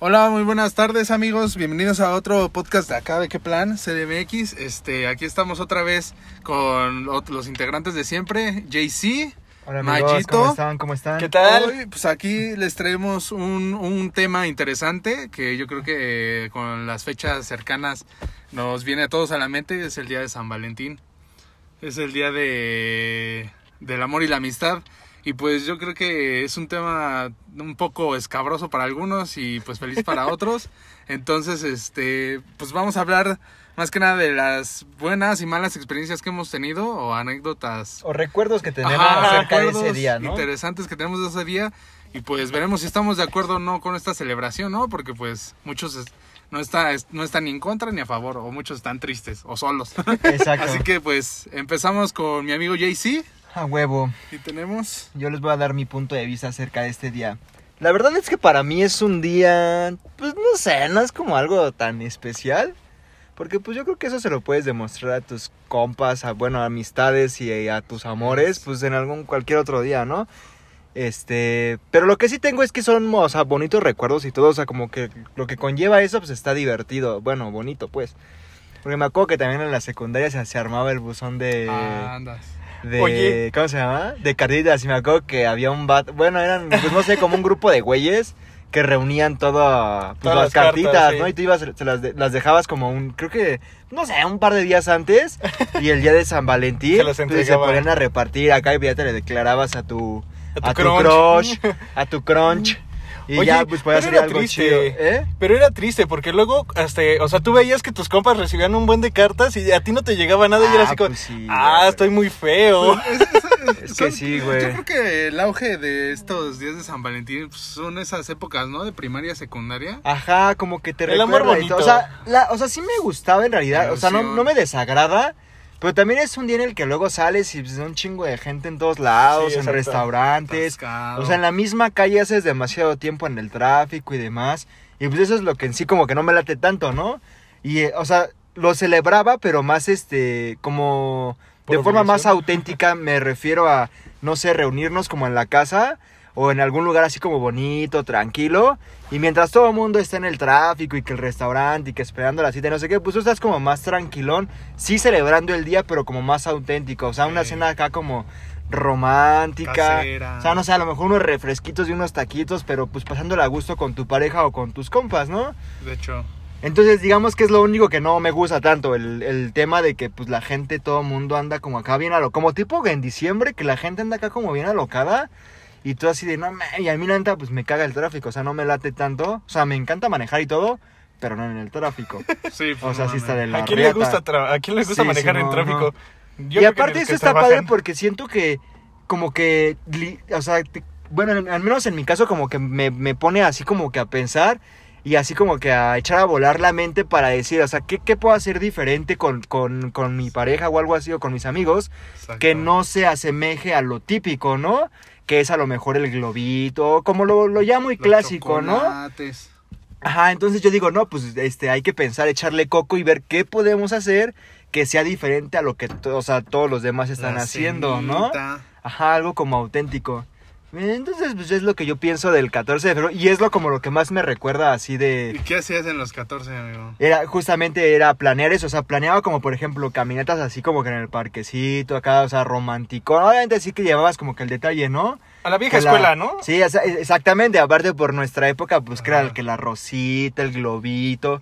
Hola, muy buenas tardes amigos, bienvenidos a otro podcast de acá de qué plan, CDMX. Este, aquí estamos otra vez con ot- los integrantes de siempre, JC. Hola amigos, Mayito. ¿cómo están? ¿Cómo están? ¿Qué tal? Hoy, pues aquí les traemos un, un tema interesante que yo creo que eh, con las fechas cercanas nos viene a todos a la mente, es el día de San Valentín. Es el día de del amor y la amistad. Y pues yo creo que es un tema un poco escabroso para algunos y pues feliz para otros. Entonces, este, pues vamos a hablar más que nada de las buenas y malas experiencias que hemos tenido o anécdotas O recuerdos que tenemos Ajá, acerca de ese recuerdos día, ¿no? Interesantes que tenemos de ese día. Y pues veremos si estamos de acuerdo o no con esta celebración, ¿no? Porque pues muchos es- no, está, es- no están ni en contra ni a favor, o muchos están tristes o solos. Exacto. Así que pues empezamos con mi amigo JC. A huevo. Y tenemos... Yo les voy a dar mi punto de vista acerca de este día. La verdad es que para mí es un día, pues no sé, no es como algo tan especial. Porque pues yo creo que eso se lo puedes demostrar a tus compas, a bueno, amistades y a tus amores, pues en algún cualquier otro día, ¿no? Este, pero lo que sí tengo es que son, o sea, bonitos recuerdos y todo, o sea, como que lo que conlleva eso pues está divertido, bueno, bonito pues. Porque me acuerdo que también en la secundaria se, se armaba el buzón de Ah, andas. de Oye. ¿cómo se llama? De cartitas, y me acuerdo que había un vato, bueno, eran pues no sé, como un grupo de güeyes que reunían toda pues, Todas las las cartas, cartitas, sí. ¿no? Y tú ibas se las, de- las dejabas como un creo que no sé, un par de días antes y el día de San Valentín Se las pues, se entregaban. ponían a repartir acá y ya te le declarabas a tu a tu, crunch. crush, a tu crunch y Oye, ya pues podías pero hacer era algo triste. chido, ¿eh? Pero era triste porque luego, hasta, o sea, tú veías que tus compas recibían un buen de cartas y a ti no te llegaba nada y era Ah, así como, pues sí, ah, güey. estoy muy feo. Es Son- que sí, Yo güey. creo que el auge de estos días de San Valentín pues, son esas épocas, ¿no? De primaria, secundaria. Ajá, como que te El amor recuerda y todo. bonito. O sea, la- o sea, sí me gustaba en realidad. O sea, no, Ilusión. no me desagrada. Pero también es un día en el que luego sales y ves un chingo de gente en todos lados, Sí, en exacto. restaurantes. Atascado. O sea, en la misma calle haces demasiado tiempo en el tráfico y demás. Y pues eso es lo que en sí como que no me late tanto, ¿no? Y, eh, o sea, lo celebraba, pero más este, como de Por forma obligación. más auténtica me refiero a, no sé, reunirnos como en la casa o en algún lugar así como bonito, tranquilo. Y mientras todo el mundo está en el tráfico y que el restaurante y que esperando la cita y no sé qué, pues tú estás como más tranquilón, sí celebrando el día, pero como más auténtico. O sea, una Sí. cena acá como romántica. Casera. O sea, no sé, a lo mejor unos refresquitos y unos taquitos, pero pues pasándola a gusto con tu pareja o con tus compas, ¿no? De hecho, Entonces, digamos que es lo único que no me gusta tanto, el, el tema de que pues la gente, todo mundo anda como acá bien alocada, como tipo que en diciembre, que la gente anda acá como bien alocada y tú así de, no, me, y a mí la neta pues me caga el tráfico, o sea, no me late tanto, o sea, me encanta manejar y todo, pero no en el tráfico. sí. pues, O sea, no sí está mames. de la ¿A quién le riata. gusta, tra- a quién le gusta Sí, manejar sí, en no, tráfico? Yo y creo que aparte los eso que está trabajan- padre porque siento que como que, li- o sea, te- bueno, en- al menos en mi caso como que me, me pone así como que a pensar y así como que a echar a volar la mente para decir, o sea, ¿qué, qué puedo hacer diferente con, con, con mi pareja o algo así o con mis amigos Exacto. que no se asemeje a lo típico, ¿no? Que es a lo mejor el globito, como lo, lo ya muy Los clásico, ¿no? chocolates. Ajá, entonces yo digo, no, pues este, hay que pensar, echarle coco y ver qué podemos hacer que sea diferente a lo que to- o sea, todos los demás están La haciendo, ¿no? cenita. Ajá, algo como auténtico. Entonces, pues es lo que yo pienso del 14 de febrero y es lo como lo que más me recuerda así ¿Y de... qué hacías en los 14, amigo? Era, justamente era planear eso, o sea, planeaba como por ejemplo caminatas así como que en el parquecito, acá, o sea, romántico. Obviamente sí que llevabas como que el detalle, ¿no? A la vieja que la- escuela, ¿no? Sí, esa- e- exactamente. Aparte, por nuestra época, pues que era Ajá. el que la rosita, el globito.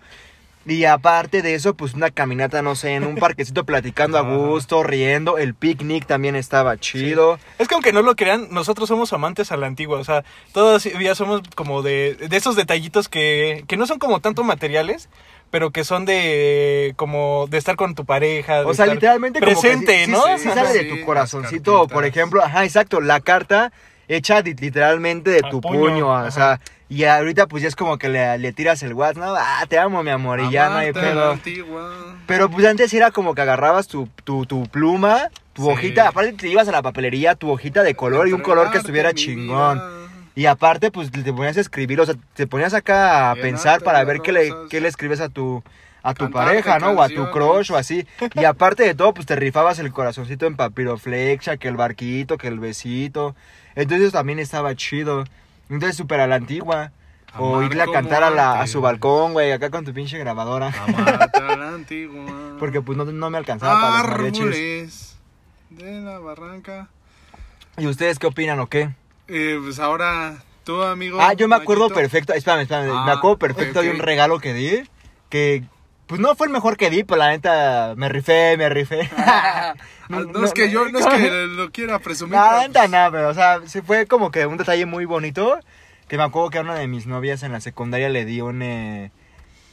Y aparte de eso, pues una caminata, no sé, en un parquecito platicando a Ajá. gusto, riendo. El picnic también estaba chido. Es que aunque no lo crean, nosotros somos amantes a la antigua, o sea, todavía somos como de, de esos detallitos que, que no son como tanto materiales, pero que son de como de estar con tu pareja. de O sea, estar- literalmente como que sí- presente, sí- ¿no? Sí, sí Ajá. sale de Sí, tu las corazoncito, o por cartitas. ejemplo. Ajá, exacto, la carta hecha di- literalmente de A tu puño, puño, o sea... Y ahorita pues ya es como que le, le tiras el WhatsApp, ¿no? Ah, te amo, mi amor, y ya no hay Amarte pedo. la Ah, antigua. Pero pues antes era como que agarrabas tu, tu, tu pluma, tu Sí. hojita, aparte te ibas a la papelería, tu hojita de color y un color Entregarte que estuviera mi chingón. vida. Y aparte pues te ponías a escribir, o sea, te ponías acá a Llenarte pensar para de ver qué le, rosas. qué le escribes a tu, a tu Cantarte pareja, ¿no? O a tu canciones. crush o así. Y aparte de todo, pues te rifabas el corazoncito en papiroflexia, que el barquito, que el besito. Entonces también estaba chido. Entonces súper a la antigua. O Amar irle a como cantar a, la- a antes. su balcón, güey, acá con tu pinche grabadora. Amar a la antigua. Porque pues no, no me alcanzaba para los mariachis. Árboles de la barranca. ¿Y ustedes qué opinan o qué? Eh, pues ahora, tú, amigo. Ah, yo me acuerdo Machito. perfecto, espérame, espérame, me Ah, acuerdo perfecto ok, de ok. un regalo que di, que pues no fue el mejor que di, pero la neta me rifé, me rifé. Ah, no, es que yo, no es que lo quiera presumir. La pero, pues, neta no, pero o sea, sí fue como que un detalle muy bonito, que me acuerdo que a una de mis novias en la secundaria le di un... eh,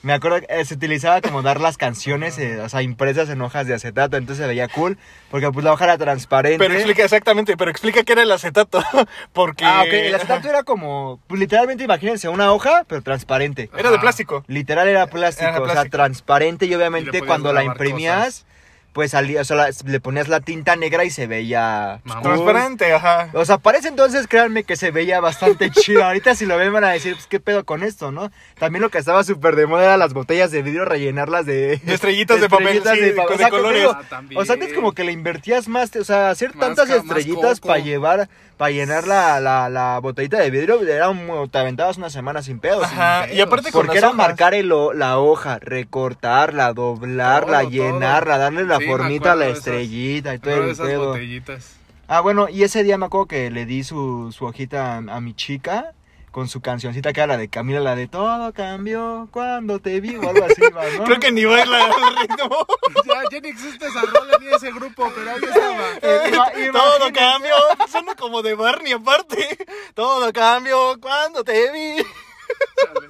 me acuerdo que eh, se utilizaba como dar las canciones, eh, o sea, impresas en hojas de acetato, entonces se veía cool, porque pues la hoja era transparente. Pero explica exactamente, pero explica que era el acetato. Porque. Ah, ok, el acetato era como, pues, literalmente imagínense, una hoja, pero transparente. Era de Ajá. plástico. Literal era plástico, Era o sea, plástico. transparente y Y le obviamente podías cuando la grabar imprimías, pues salía, o sea, la- le ponías la tinta negra y se veía Mamón. cool. Transparente, ajá. O sea, parece entonces, créanme que se veía bastante chido. Ahorita si lo ven van a decir, pues qué pedo con esto, ¿no? También lo que estaba súper de moda eran las botellas de vidrio rellenarlas de... De estrellitas de papel, sí, pa- de o sea, como colores. digo, Ah, también. o sea, antes como que le invertías más, te- o sea, hacer Más tantas ca- más estrellitas coco. para llevar, para llenar la, la, la botellita de vidrio, era un- te aventabas una semana sin pedos. Ajá. Y pedos. aparte con Porque las era hojas. marcar el ho- la hoja, recortarla, doblarla, Todo, todo. llenarla, darle la Sí, me formita a acuerdo la de esas- estrellita y todo pero el esas pedo. botellitas. Ah, bueno, y ese día me acuerdo que le di su, su hojita a, a mi chica con su cancioncita que era la de Camila, la de Todo cambió cuando te vi o algo así, va, ¿no? Creo que ni baila el ritmo. Ya, ya ni existe esa rola ni ese grupo, pero ahí estaba. Eh, ima- Todo imagínense. cambio. Suena como de Barney aparte. Todo cambio cuando te vi. Chale.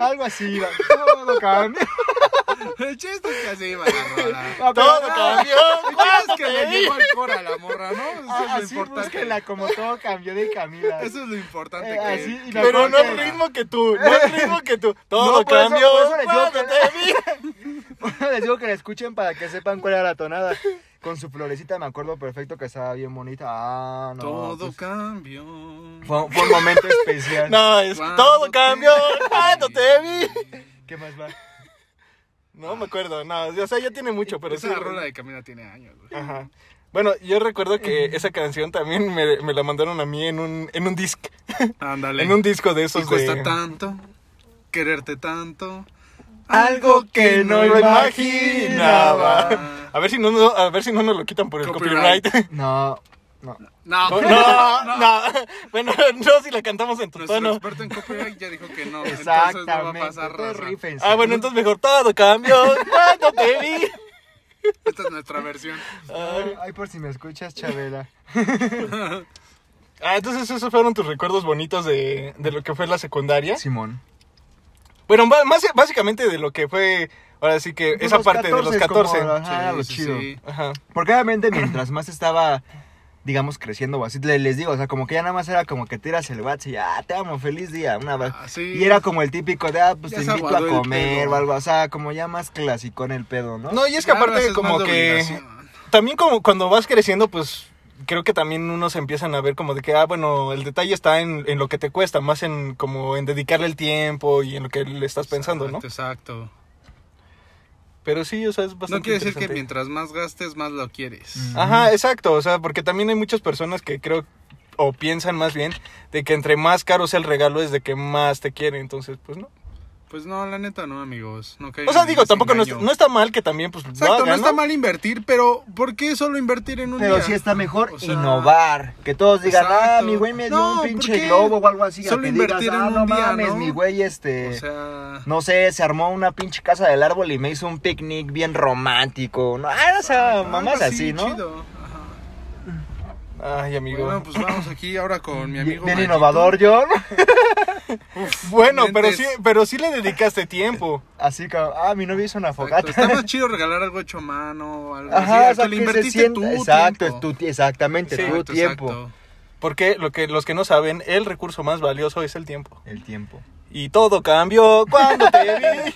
Algo así, va. Todo cambió. El chiste es que así iba la rola. Ah, pero Todo no, cambió Es cuando que le te vi. llegó al cora a la morra, ¿no? Eso ah, es Así lo importante. búsquenla como Todo cambió de Camila. Eso es lo importante. Eh, que- así, y que- la Pero no Porque- al ritmo que tú, no al ritmo que tú. Todo por eso- cambió por eso les digo cuando que- te vi. Les digo que la escuchen para que sepan cuál era la tonada. Con su florecita me acuerdo perfecto que estaba bien bonita. Ah, no. Todo pues, cambió. fue, fue un momento especial. No, es Cuando todo te cambió vi. cuando te vi. ¿Qué más va? No me acuerdo, no, o sea, ya tiene mucho, pero Esa sí. rola de Camila tiene años, güey. Ajá. Bueno, yo recuerdo que esa canción también me, me la mandaron a mí en un en un disc, Ándale. en un disco de esos Y cuesta de tanto quererte tanto. Algo que no No lo imaginaba. imaginaba. A ver si no, no- a ver si no nos lo quitan por el copyright. Oh, Copyright. No, no. No, No, no, no. Bueno, no si la cantamos en tu Nuestro tono. experto en copyright ya dijo que no. Entonces no va a pues, Exactamente. pasar Ustedes raza. rífense. Ah, bueno, entonces mejor todo cambió cuando te vi. Ah, Esta es nuestra versión. Ay. Ay, por si me escuchas, Chabela. Ah, entonces esos fueron tus recuerdos bonitos de, de lo que fue la secundaria. Simón. Bueno, ba- más, básicamente de lo que fue, ahora sí que esa parte de los 14. como, ajá, era lo Sí, sí, chido. sí. Ajá. Porque obviamente mientras más estaba, digamos, creciendo o así, le- les digo, o sea, como que ya nada más era como que tiras el WhatsApp y ah, te amo, feliz día, una vez. Ah, sí. Y era como el típico de, ah, pues Ya te se invito a aguadó el comer pedo. o algo, o sea, como ya más clásico en el pedo, ¿no? No, y es que Ya, eso aparte es más como de que... obligación. También como cuando vas creciendo, pues creo que también unos empiezan a ver como de que, ah, bueno, el detalle está en, en lo que te cuesta, más en como en dedicarle el tiempo y en lo que le estás pensando, ¿no? Exacto. Pero sí, o sea, es bastante no quiere decir que interesante. mientras más gastes, más lo quieres. Mm. Ajá, exacto, o sea, porque también hay muchas personas que creo o piensan más bien de que entre más caro sea el regalo es de que más te quiere, entonces pues no. Pues no, la neta no, amigos. No O caigan sea, en digo, ese tampoco no, engaño. es- no está mal que también pues lo Exacto, hagan, no está mal invertir, pero ¿por qué solo invertir en un Pero día? sí está mejor O sea, innovar. Que todos digan, ah, exacto. mi güey me dio No, un ¿por pinche qué? globo o algo así. a Solo que digas, invertir en "Ah, un no día, mames, ¿no? mi güey, este. O sea, No sé, se armó una pinche casa del árbol y me hizo un picnic bien romántico. No, ah, o sea, algo mamás así, ¿no? pues chido. Ajá. Ay, amigo. Bueno, pues vamos aquí ahora con mi Bien amigo. bien Mayito. innovador, John. pues, Bueno, pero sí, Mentes. pero sí le dedicaste tiempo. Así que, ah, mi novio hizo una Exacto, Está fogata. más chido regalar algo hecho a mano, algo Ajá, o así. sea, al que le que se invertiste sienta- tú. Exacto, tiempo. tu ti- exactamente, Sí. tu Exacto, tiempo. exacto. Porque lo que, los que no saben, el recurso más valioso es el tiempo. El tiempo. Y todo cambió cuando te vi.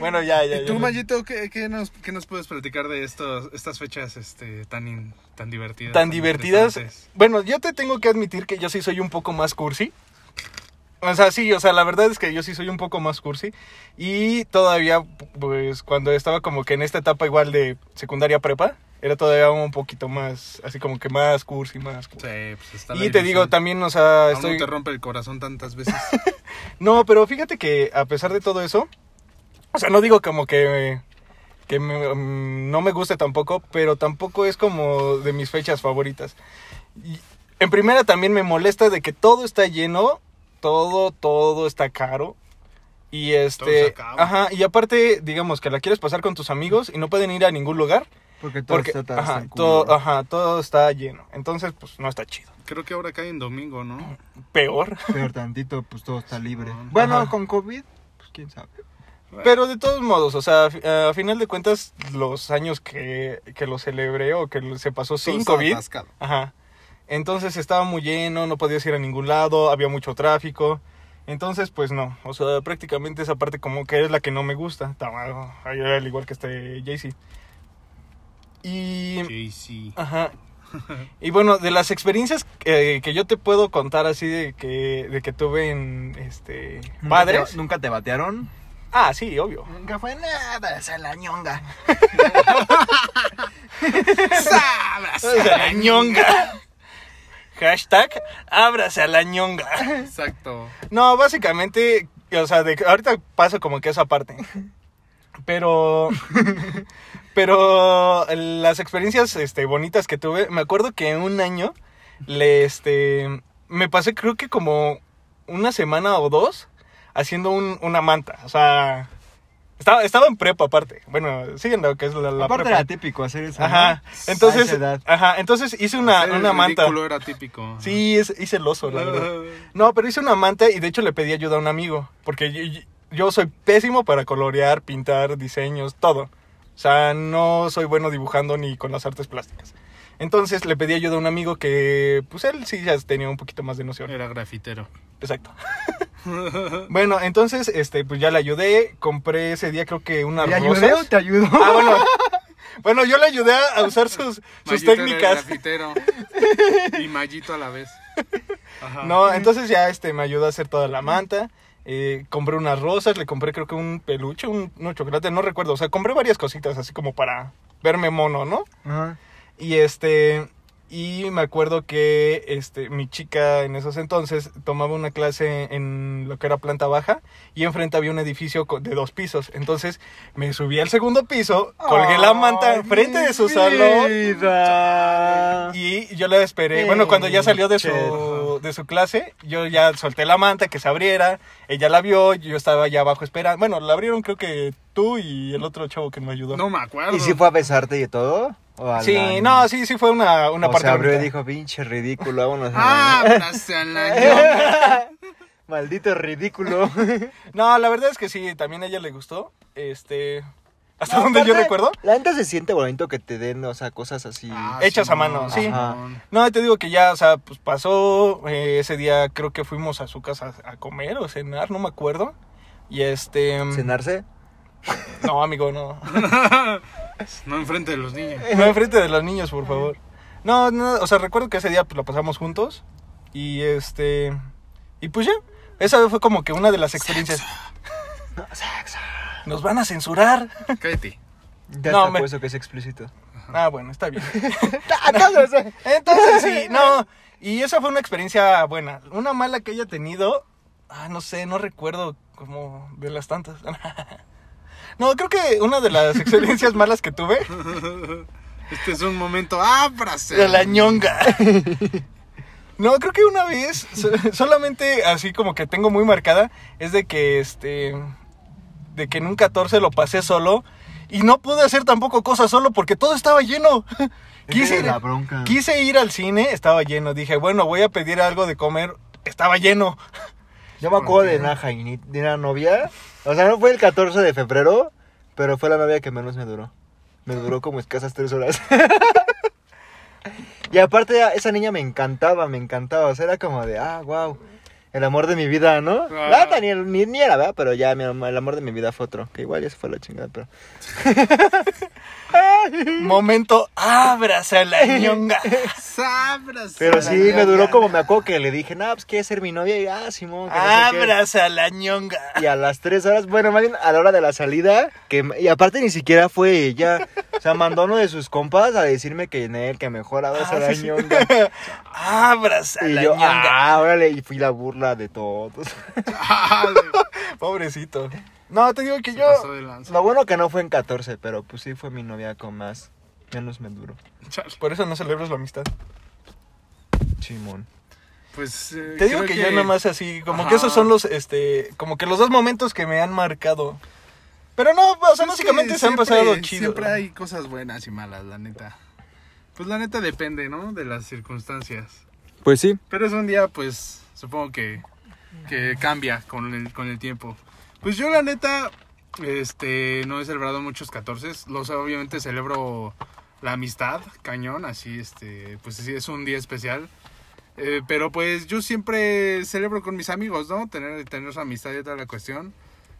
Bueno, ya, ya. ¿Y ya. tú, Mayito, qué, qué nos, qué nos puedes platicar de estos, estas fechas este, tan, in- tan divertidas? Tan divertidas. interesantes? Bueno, yo te tengo que admitir que yo sí soy un poco más cursi. O sea, sí, o sea, la verdad es que yo sí soy un poco más cursi. Y todavía, pues, cuando estaba como que en esta etapa igual de secundaria prepa, era todavía un poquito más, así como que más cursi, más... cursi. pues está la y te ilusión. digo, también, o sea, Aún no estoy... te rompe el corazón tantas veces. No, pero fíjate que a pesar de todo eso, o sea, no digo como que, que me- mm, no me guste tampoco, pero tampoco es como de mis fechas favoritas. Y en primera también me molesta de que todo está lleno, todo, todo está caro. Y Todo se este, acaba. ajá, y aparte, digamos que la quieres pasar con tus amigos y no pueden ir a ningún lugar Porque todo porque está tan ajá, tan todo, culero. ajá, todo está lleno. Entonces, pues no está chido. Creo que ahora cae en domingo, ¿no? Peor. Peor tantito, pues todo está libre. Ajá. Bueno, con COVID, pues quién sabe. Pero de todos modos, o sea, a fi- a final de cuentas, los años que, que lo celebré o que lo- se pasó sin Todo COVID, está atascado. ajá, entonces estaba muy lleno, no podías ir a ningún lado, había mucho tráfico. Entonces, pues no, o sea, prácticamente esa parte como que es la que no me gusta, tamago, ahí era al igual que este Jay-Z. Y... JC. Ajá. Y bueno, de las experiencias que, que yo te puedo contar así de que, de que tuve en, este, ¿Nunca padres. te- ¿Nunca te batearon? Ah, sí, obvio. Nunca fue nada, esa la ñonga. Ábrase a la ñonga. Hashtag ábrase a la ñonga. Exacto. No, básicamente, o sea, de, ahorita paso como que a esa parte. Pero, pero las experiencias este, bonitas que tuve, me acuerdo que un año le, este, me pasé creo que como una semana o dos haciendo un- una manta. O sea, estaba, estaba en prepa aparte. Bueno, siguen lo que es la, la Aparte prepa. era típico hacer eso. ¿no? Ajá. A Entonces, esa edad. ajá, entonces hice una, Hacer el una manta. ridículo era típico. Sí, es- hice el oso, la verdad. Ah, No, pero hice una manta y de hecho le pedí ayuda a un amigo. Porque yo, yo soy pésimo para colorear, pintar, diseños, todo. O sea, no soy bueno dibujando ni con las artes plásticas. Entonces le pedí ayuda a un amigo que, pues él sí ya tenía un poquito más de noción. Era grafitero. Exacto. bueno, entonces, este, pues ya le ayudé. Compré ese día creo que unas ¿Te rosas. ayudé o te ayudó? Ah, bueno. Bueno, yo le ayudé a usar sus, sus Mayito era el técnicas. grafitero. y Mayito a la vez. Ajá. No, entonces ya este me ayudó a hacer toda la manta. eh, compré unas rosas, le compré creo que un peluche, un, unos chocolates, no recuerdo. O sea, compré varias cositas así como para verme mono, ¿no? Ajá. Y este. Y me acuerdo que este, mi chica en esos entonces tomaba una clase en lo que era planta baja y enfrente había un edificio co- de dos pisos. Entonces me subí al segundo piso, colgué la manta Ay, enfrente de mi su salón vida. y yo la esperé. Bueno, cuando ya salió de su, de su clase, yo ya solté la manta que se abriera. Ella la vio, yo estaba allá abajo esperando. Bueno, la abrieron creo que tú y el otro chavo que me ayudó. No me acuerdo. ¿Y si fue a besarte y de todo? ¿O a sí, la- no, sí, sí fue una, una o parte. se abrió y bonita. dijo, pinche ridículo, vámonos. Ah, a la- abrace a la ñonga. Maldito ridículo. No, la verdad es que sí, también a ella le gustó. Este, hasta donde yo Aparte, recuerdo. La neta se siente bonito que te den, o sea, cosas así. Ah, Hechas a Simón, mano, sí. Simón. No, te digo que ya, o sea, pues pasó. eh, ese día creo que fuimos a su casa a comer o cenar, no me acuerdo. Y este. ¿Cenarse? No, amigo, no. No enfrente de los niños. No enfrente de los niños, por favor. No, no, o sea, recuerdo que ese día pues, lo pasamos juntos. Y este. Y pues ya. Esa fue como que una de las experiencias. No, sexo. Nos van a censurar. Cállate. Ya No, está me- puesto que es explícito. Ah, bueno, está bien. Entonces, eh, Entonces sí, no. Y esa fue una experiencia buena. Una mala que haya tenido. Ah, no sé, no recuerdo como de las tantas. No, creo que una de las experiencias malas que tuve. Este es un momento. Ábrase. De la ñonga. No, creo que una vez, so- solamente así como que tengo muy marcada, es de que este. de que en un 14 lo pasé solo y no pude hacer tampoco cosas solo porque todo estaba lleno. Quise, es la bronca. quise ir al cine, estaba lleno. Dije, bueno, voy a pedir algo de comer, estaba lleno. Yo me acuerdo de una, jaini- de una novia. O sea, no fue el 14 de febrero, pero fue la novia que menos me duró. Me duró como escasas tres horas. y aparte, a esa niña me encantaba, me encantaba. O sea, era como de, ah, wow, el amor de mi vida, ¿no? Ah. La neta, ni, ni, ni era, ¿verdad? Pero ya mi am- el amor de mi vida fue otro. Que igual ya se fue la chingada, pero. Momento, ábrase a la ñonga. Ábrase. Pero a la sí, ñonga. me duró como me acuerdo que le dije, no, pues quieres ser mi novia. Y ah, Simón, que no sé qué. Ábrase a la ñonga. Y a las 3 horas, bueno, más bien a la hora de la salida, que y aparte ni siquiera fue ella. O sea, mandó uno de sus compas a decirme que en él, que mejor abrazar a la ñonga. Abras a Y la yo, ñonga. ah, órale, y fui la burla de todos. Pobrecito. No, te digo que Ah, Se yo. pasó de lanza. Lo bueno que no fue en 14, pero pues sí fue mi novia con más. Menos me duró. Chale. Por eso no celebras la amistad. Simón. Pues. eh, Te digo creo que, yo nada más así, como que esos Ajá. son los, este, como que los dos momentos que me han marcado. Pero no, o sea, Es que básicamente se han siempre- pasado chido. Siempre hay cosas buenas y malas, la neta. Pues la neta depende, ¿no? De las circunstancias. Pues sí. Pero es un día, pues, supongo que, que cambia con el, con el tiempo. Pues yo, la neta, este, no he celebrado muchos 14. Los, obviamente, celebro la amistad, cañón, así, este, pues sí, es un día especial. Eh, pero pues yo siempre celebro con mis amigos, ¿no? Tener, tener su amistad y toda la cuestión.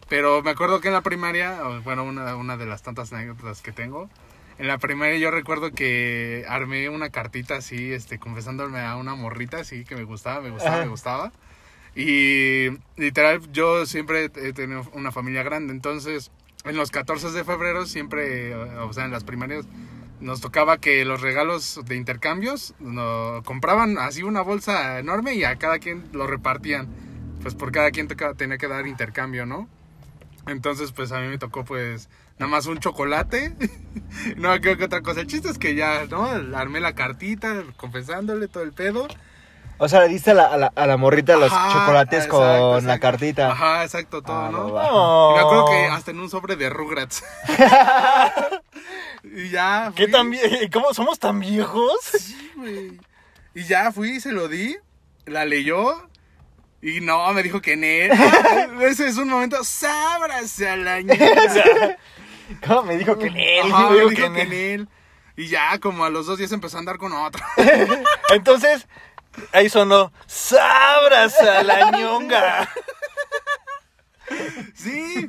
Pero me acuerdo que en la primaria, o, bueno, una, una de las tantas anécdotas que tengo, en la primaria yo recuerdo que armé una cartita así, este, confesándome a una morrita así que me gustaba, me gustaba, Ajá. me gustaba. Y literal, yo siempre he tenido una familia grande, entonces en los 14 de febrero siempre, eh, o sea, en las primarias nos tocaba que los regalos de intercambios no, compraban así una bolsa enorme y a cada quien lo repartían. Pues por cada quien toca- tenía que dar intercambio, ¿no? Entonces, pues a mí me tocó, pues, nada más un chocolate. no, creo que otra cosa. El chiste es que ya, ¿no? Armé la cartita, confesándole todo el pedo. O sea, le diste a la, a la, a la morrita los Ajá, chocolates exacto, con la exacto. cartita. Ajá, exacto, todo, Ah, ¿no? va, va. No. Y me acuerdo que hasta en un sobre de Rugrats. y ya. ¿Qué fui. tan vie- eh, ¿Cómo somos tan viejos? Sí, güey. Y ya fui, se lo di, la leyó. Y no, me dijo que en él. Ese es un momento. Sabras a la ñera. ¿Cómo me dijo que él? Ajá, digo me dijo que que en en él. Y ya, como a los dos días empezó a andar con otro. Entonces, ahí sonó, sabras a la ñonga. Sí.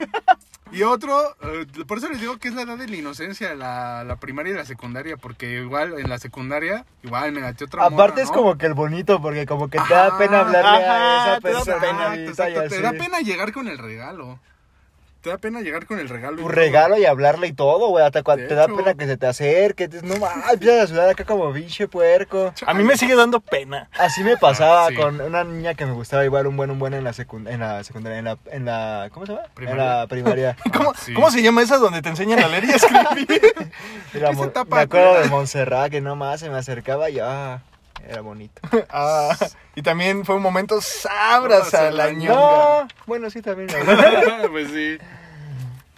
Y otro, eh, por eso les digo que es la edad de la inocencia, la, la primaria y la secundaria, porque igual en la secundaria, igual me latió otra morra, Aparte es ¿no? Ah, como que el bonito, porque como que te da Ajá, pena hablarle a ajá, esa te da Exacto, persona. y exacto, tal, y Te da así. pena llegar con el regalo. Te da pena llegar con el regalo. y Tu todo. regalo y hablarle y todo, güey. Hasta cuando De te da hecho. pena que se te acerque. te- No mames, empiezas a sudar acá como pinche puerco. A mí me sigue dando pena. Así me pasaba Ah, sí. con una niña que me gustaba igual un buen un buen en la secundaria, en la secundaria, en la, en la ¿cómo se llama? Primaria. En la primaria. ¿Cómo, Ah, sí. cómo se llama esas donde te enseñan a leer y escribir? Y la Esa mo- etapa, me acuerdo güey. de Montserrat que nomás se me acercaba y ah, era bonito. Ah, y también fue un momento, sabras a la ñonga. No, Ah, bueno, sí también. me acuerdo. pues sí.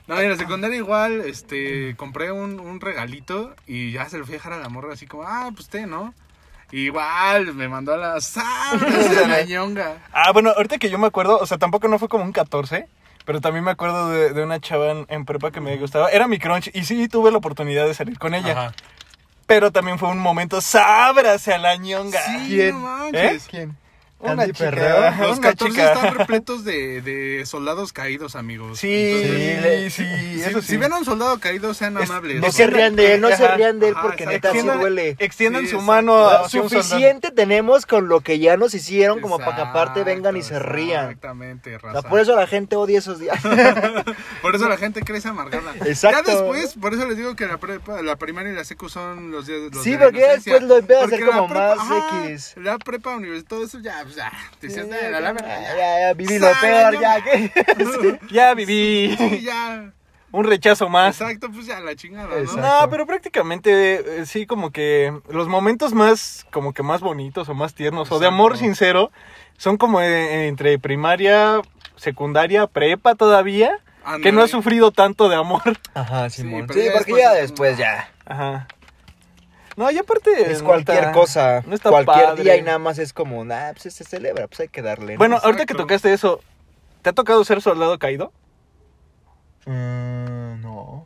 No, y en la secundaria igual, este, compré un, un regalito y ya se lo fui a dejar a la morra así como, ah, pues usted, ¿no? Igual, me mandó a la sabras de la ñonga. Ah, bueno, ahorita que yo me acuerdo, o sea, tampoco no fue como un 14, pero también me acuerdo de, de una chava en, en prepa que me gustaba. Era mi crunch y sí tuve la oportunidad de salir con ella, Ajá. pero también fue un momento, sabras a la ñonga. Sí, ¿Quién? ¿Eh? no manches. ¿eh? ¿Quién? Una Candy chica. Perreo. ¿Eh? Ajá, Los una 14 chica. están repletos de, de soldados caídos, amigos. Sí, Entonces, sí, si- eso sí. si ven a un soldado caído, sean Es- amables. No se rían de él, no se Ajá. rían de él Ajá, porque exacto. neta sí Extiendan- duele. Extiendan Sí, su exacto. mano a hacia un soldado. Ah, Suficiente tenemos con lo que ya nos hicieron como para que aparte Exacto, vengan y se rían. Exactamente, O raza. sea, por eso la gente odia esos días. Por eso la gente crece amargada. Exacto. Ya después, por eso les digo que la, prepa, la primaria y la secu son los días los Sí, de la porque ya inocencia. después lo empiezas a Porque hacer como la prepa- más ajá, X. La prepa, universidad, todo eso ya, pues, ya. Decías, "Nah, la, la verdad, Ya, ya". ya, ya, viví lo Sal, peor, no ya mames. que. Ya viví Sí, ya. un rechazo más. Exacto, pues ya, la chingada, ¿no? Ah. Exacto. No, pero prácticamente eh, sí, como que los momentos más, como que más bonitos o más tiernos o de amor Exacto. sincero son como eh, entre primaria, secundaria, prepa todavía, Ándale. que no has sufrido tanto de amor. Ajá, Simón. Sí, pero ya porque después ya es después como- ya. Ajá. No, y aparte. Es no cualquier está- cosa. no está cualquier padre. día y nada más es como, nah, pues se celebra, pues hay que darle. ¿no? Bueno, Exacto. ahorita que tocaste eso, ¿te ha tocado ser soldado caído? Mm, no.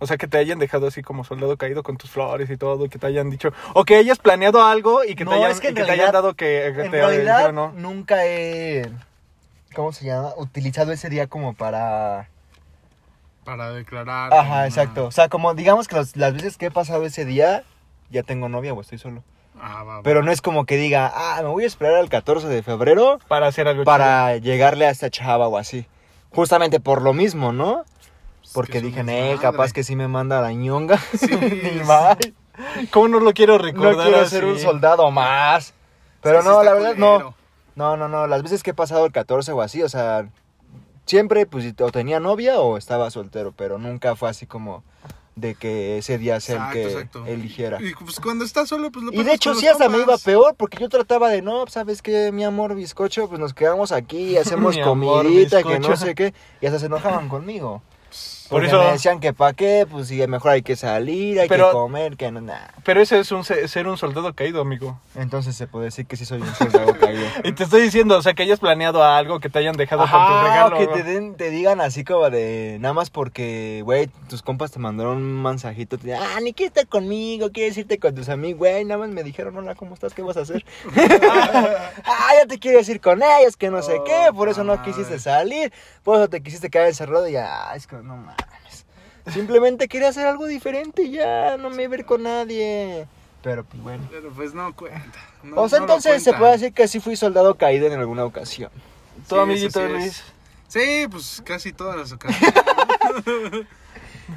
O sea, que te hayan dejado así como soldado caído con tus flores y todo, y que te hayan dicho. O que hayas planeado algo y que, No, te, hayan, es que y en que te realidad- hayan dado que, que En te realidad, dijeron no. nunca he. ¿Cómo se llama? Utilizado ese día como para. Para declarar. Ajá, una- exacto. O sea, como digamos que los- las veces que he pasado ese día, ya tengo novia o estoy solo. Ah, va, va. Pero no es como que diga, ah, me voy a esperar al 14 de febrero Para hacer algo. para llegarle a esta chava o así. Justamente por lo mismo, ¿no? Porque pues, que dije, somos eh, madre". capaz que sí me manda a la ñonga. Sí, Ni es- más. ¿Cómo no lo quiero No recordar? quiero ser así? un soldado más. Pero es que sí no, está la verdad, no. culero. No, no, no. Las veces que he pasado el 14 o así, o sea, siempre pues o tenía novia o estaba soltero, pero nunca fue así como de que ese día sea el que Exacto, exacto. eligiera. Y pues cuando estás solo, pues lo Y pasas de hecho con sí los hasta me iba compas. peor porque yo trataba de, no, pues, ¿sabes qué? Mi amor bizcocho, pues nos quedamos aquí, hacemos Mi amor, comidita, que no bizcocho. sé qué. Y hasta se enojaban conmigo. Por Porque eso- me decían que pa' qué, pues sí, mejor hay que salir, hay Pero- que comer, que no, nada. Pero ese es un se- ser un soldado caído, amigo. Entonces se puede decir que sí soy un soldado caído. Y te estoy diciendo, o sea, que hayas planeado algo, que te hayan dejado con tu Ajá, regalo. que Ah, te, den- te digan así como de, nada más porque, güey, tus compas te mandaron un mensajito, te- ah, ni quieres estar conmigo, quieres irte con tus amigos, güey, nada más me dijeron, hola, ¿cómo estás? ¿Qué vas a hacer? ah, ya te quieres ir con ellos, que no sé Oh, qué, por eso no madre. quisiste salir, por eso te quisiste quedar encerrado y ya, ah, es que no mames. Simplemente quería hacer algo diferente y ya, no me iba a ir con nadie. Pero pues bueno. Pero pues no cuenta. no- o sea, no lo entonces se cuentan. puede decir que sí fui soldado caído en alguna ocasión. Tu Sí, amiguito eso sí Luis. es. Sí, pues casi todas las ocasiones. Pero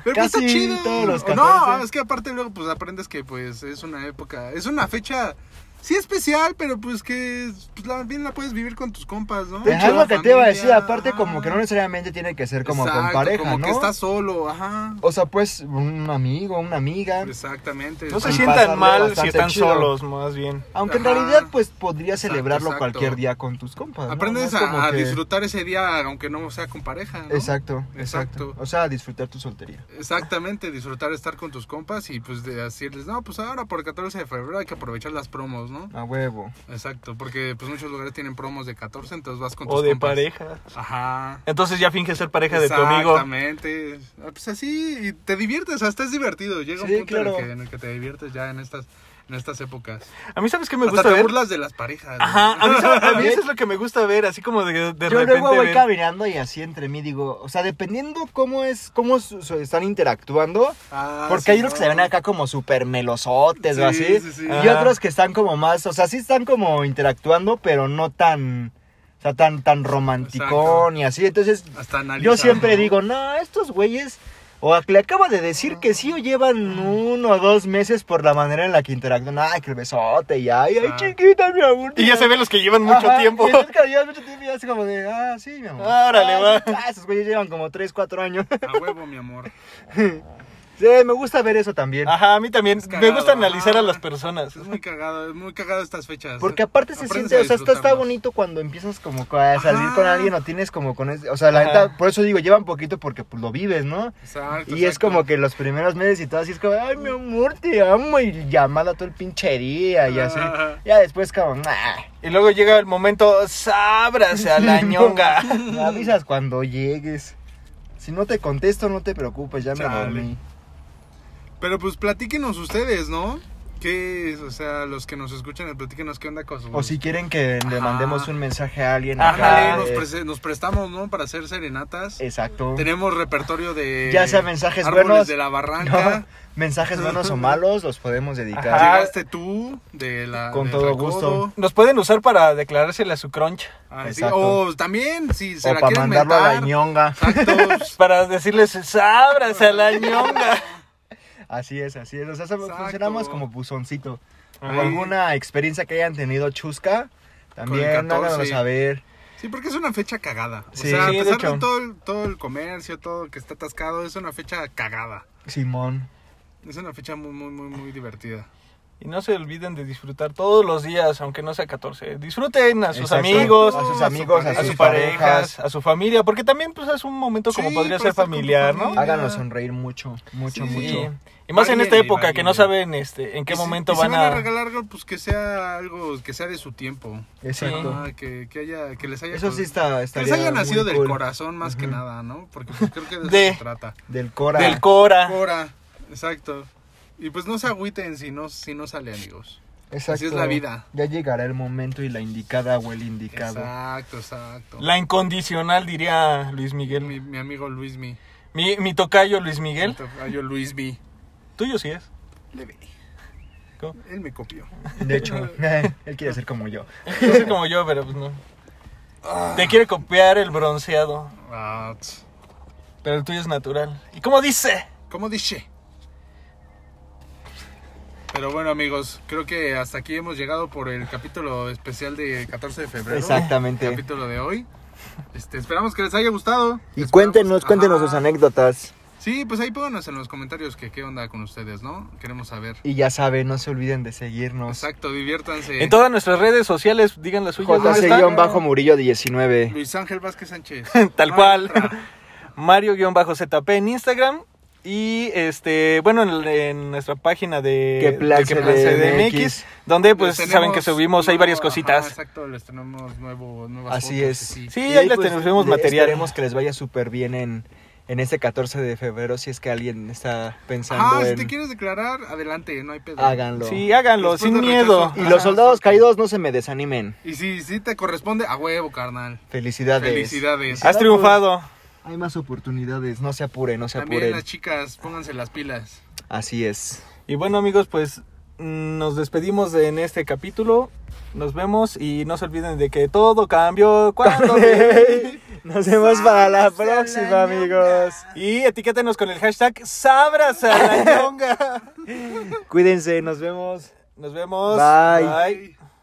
pues Casi está chido. todos los O No, 14. es que aparte luego pues aprendes que pues es una época, es una fecha sí especial, pero pues que pues, la- bien la puedes vivir con tus compas, ¿no? De Con hecho, la lo que te iba familia, a decir, aparte como ajá. que no necesariamente tiene que ser como con Exacto, pareja, como ¿no? que estás solo, ajá. O sea, pues un amigo, una amiga. Pues, Exactamente. No se Y pasarla sientan mal si bastante están chido. solos, más bien. Aunque en Ajá. realidad pues podría Exacto, celebrarlo exacto. cualquier día con tus compas. ¿no? Aprendes No es como a, a que- disfrutar ese día aunque no sea con pareja, ¿no? Exacto, exacto, Exacto. O sea, a disfrutar tu soltería. Exactamente, disfrutar estar con tus compas y pues de decirles, no, pues ahora por el 14 de febrero hay que aprovechar las promos, ¿no? A huevo. Exacto, porque pues muchos lugares tienen promos de 14, entonces vas con tus O de compas. pareja. Ajá. Entonces ya finges ser pareja de tu amigo. Exactamente. Ah, Pues así, y te diviertes, hasta es divertido. Llega Sí, un punto claro. en, el que, en el que te diviertes ya en estas, en estas épocas. A mí, ¿sabes qué me hasta gusta te ver? burlas de las parejas. Ajá, ¿no? a mí, ¿sabes? A mí eso es lo que me gusta ver, así como de, de Yo repente. luego voy ver- caminando y así entre mí digo, o sea, dependiendo cómo es, cómo su- su- están interactuando, Ah, porque sí, hay unos que se no. ven acá como súper melosotes o Sí, así. sí, sí. Y Ajá. otros que están como más, o sea, sí están como interactuando, pero no tan, o sea, tan, tan romanticón y así. Entonces, Hasta analizan, yo siempre ¿no? digo, no, estos güeyes, o a- le acaba de decir que sí, o llevan uno o dos meses por la manera en la que interactúan. Ay, que el besote, y ay, ay, Ah. chiquita, mi amor. Y ya se ven los que llevan mucho Ajá, tiempo. Y entonces, claro, llevan mucho tiempo y así como de, ah, sí, mi amor. Órale, Ah, va. sí, ah, esos güeyes llevan como 3, 4 años. A huevo, mi amor. sí, me gusta ver eso también. Ajá, a mí también. Me cagado, gusta analizar a ajá. las personas. Es muy cagado, es muy cagado estas fechas. Porque aparte se Aprendes siente, a o sea, está, está disfrutarlas. bonito cuando empiezas como a salir Ajá. con alguien o tienes como con ese, o sea, la Ajá. neta, por eso digo, llevan poquito porque pues, lo vives, ¿no? Exacto, Y es exacto. como que los primeros meses y todo así es como, ay, mi amor, te amo y llamada todo el pinche día y así. Ajá. Ya después como, nah, Y luego llega el momento, sábrase a la ñonga. me avisas cuando llegues. Si no te contesto, no te preocupes, ya me Chale. dormí. Pero pues platíquenos ustedes, ¿no? ¿Qué es? O sea, los que nos escuchan, platíquenos qué onda con sus... O si quieren que le Ajá. mandemos un mensaje a alguien. Ándale, acá, Nos, eh, prese- nos prestamos, ¿no? Para hacer serenatas. Exacto. Tenemos repertorio de... Ya sea mensajes árboles buenos. de la No, barranca. Pues mensajes buenos o malos los podemos dedicar. Ajá. Llegaste tú, de la... Con del todo recodo. gusto. Nos pueden usar para declarársela a su crunch. Ah, sí. Exacto. O también, si se O la para quieren mandarlo a la mentar. ñonga. Exacto. Para decirles, sábrase a la ñonga. Así es, así es. O sea, so- Exacto. funcionamos como buzoncito. O Ahí. alguna experiencia que hayan tenido chusca, también 14. háganoslo saber. Sí, porque es una fecha cagada. O Sí, sea, a sí, de pesar de, hecho. todo, el, todo el comercio, todo que está atascado, es una fecha cagada. Simón. Es una fecha muy, muy, muy, muy divertida. Y no se olviden de disfrutar todos los días, aunque no sea 14. Disfruten a sus Exacto. amigos, a sus a su amigos, a pareja, sus, a sus parejas. parejas, a su familia, porque también pues es un momento como Sí, podría para ser estar con tu familiar, ¿no? familia. Háganos sonreír mucho, mucho, Sí, Sí. mucho. Y más en Váyanle, esta época que no váyanle. saben este en qué Y si- momento y si van van a a regalar algo, pues que sea algo, que sea de su tiempo. Exacto. Ah, que, que haya, que les haya... Eso sí está, pues, Que estaría les haya muy nacido del cool. corazón más que Ujú. nada, ¿no? Porque pues, creo que de eso De- Ah. se trata. Del cora. del Cora. Cora, exacto. Y pues no se agüiten si no, si no sale, amigos. Exacto. Así es la vida. Ya llegará el momento y la indicada o el indicado. Exacto, exacto. La incondicional diría Luis Miguel. Mi, mi amigo Luismi. Mi, mi tocayo Luis Miguel. Ah, yo Luismi. Tuyo sí es. Le ve. ¿Cómo? Él me copió. De hecho, él quiere ser como yo. No sé como yo, Ah. pero pues no. Te quiere copiar el bronceado. Ah, tss. Pero el tuyo es natural. ¿Y cómo dice? Como dije. Pero bueno, amigos, creo que hasta aquí hemos llegado por el capítulo especial de 14 de febrero. El Exactamente. capítulo de hoy. Este, esperamos que les haya gustado. Y Esperamos- cuéntenos, cuéntenos Ajá. sus anécdotas. Sí, pues ahí pónganos en los comentarios que qué onda con ustedes, ¿no? Queremos saber. Y ya saben, no se olviden de seguirnos. Exacto, diviértanse. En todas nuestras redes sociales, digan las suyas. ¿dónde están? JC-Murillo19. Luis Ángel Vázquez Sánchez. Tal No cual. entra. Mario-ZP en Instagram. Y este, bueno, en, en nuestra página de Que Plan de Que Plan CDMX, CDMX, donde pues Les saben que tenemos subimos ahí nuevo- varias ajá, cositas. exacto, les tenemos nuevo, nuevas Así fotos, es. sí. Sí, ahí les tenemos pues, le- material. Esperemos que les vaya súper bien en, en este 14 de febrero. Si es que alguien está pensando Ah, si en. te quieres declarar, adelante, no hay pedo. Háganlo. Sí, háganlo, Después sin del miedo. rechazo. Y Ajá. los soldados caídos no se me desanimen. Y si, si te corresponde, a huevo, carnal. Felicidades. Felicidades. Has triunfado. Hay más oportunidades. No se apuren, no se También apuren. las chicas, pónganse las pilas. Así es. Y bueno, amigos, pues mm, nos despedimos de- en este capítulo. Nos vemos y no se olviden de que todo cambió cuando. Nos vemos para la próxima, amigos. y etiquétenos con el hashtag Sabrasalañonga. Cuídense, nos vemos. Nos vemos. Bye. Bye.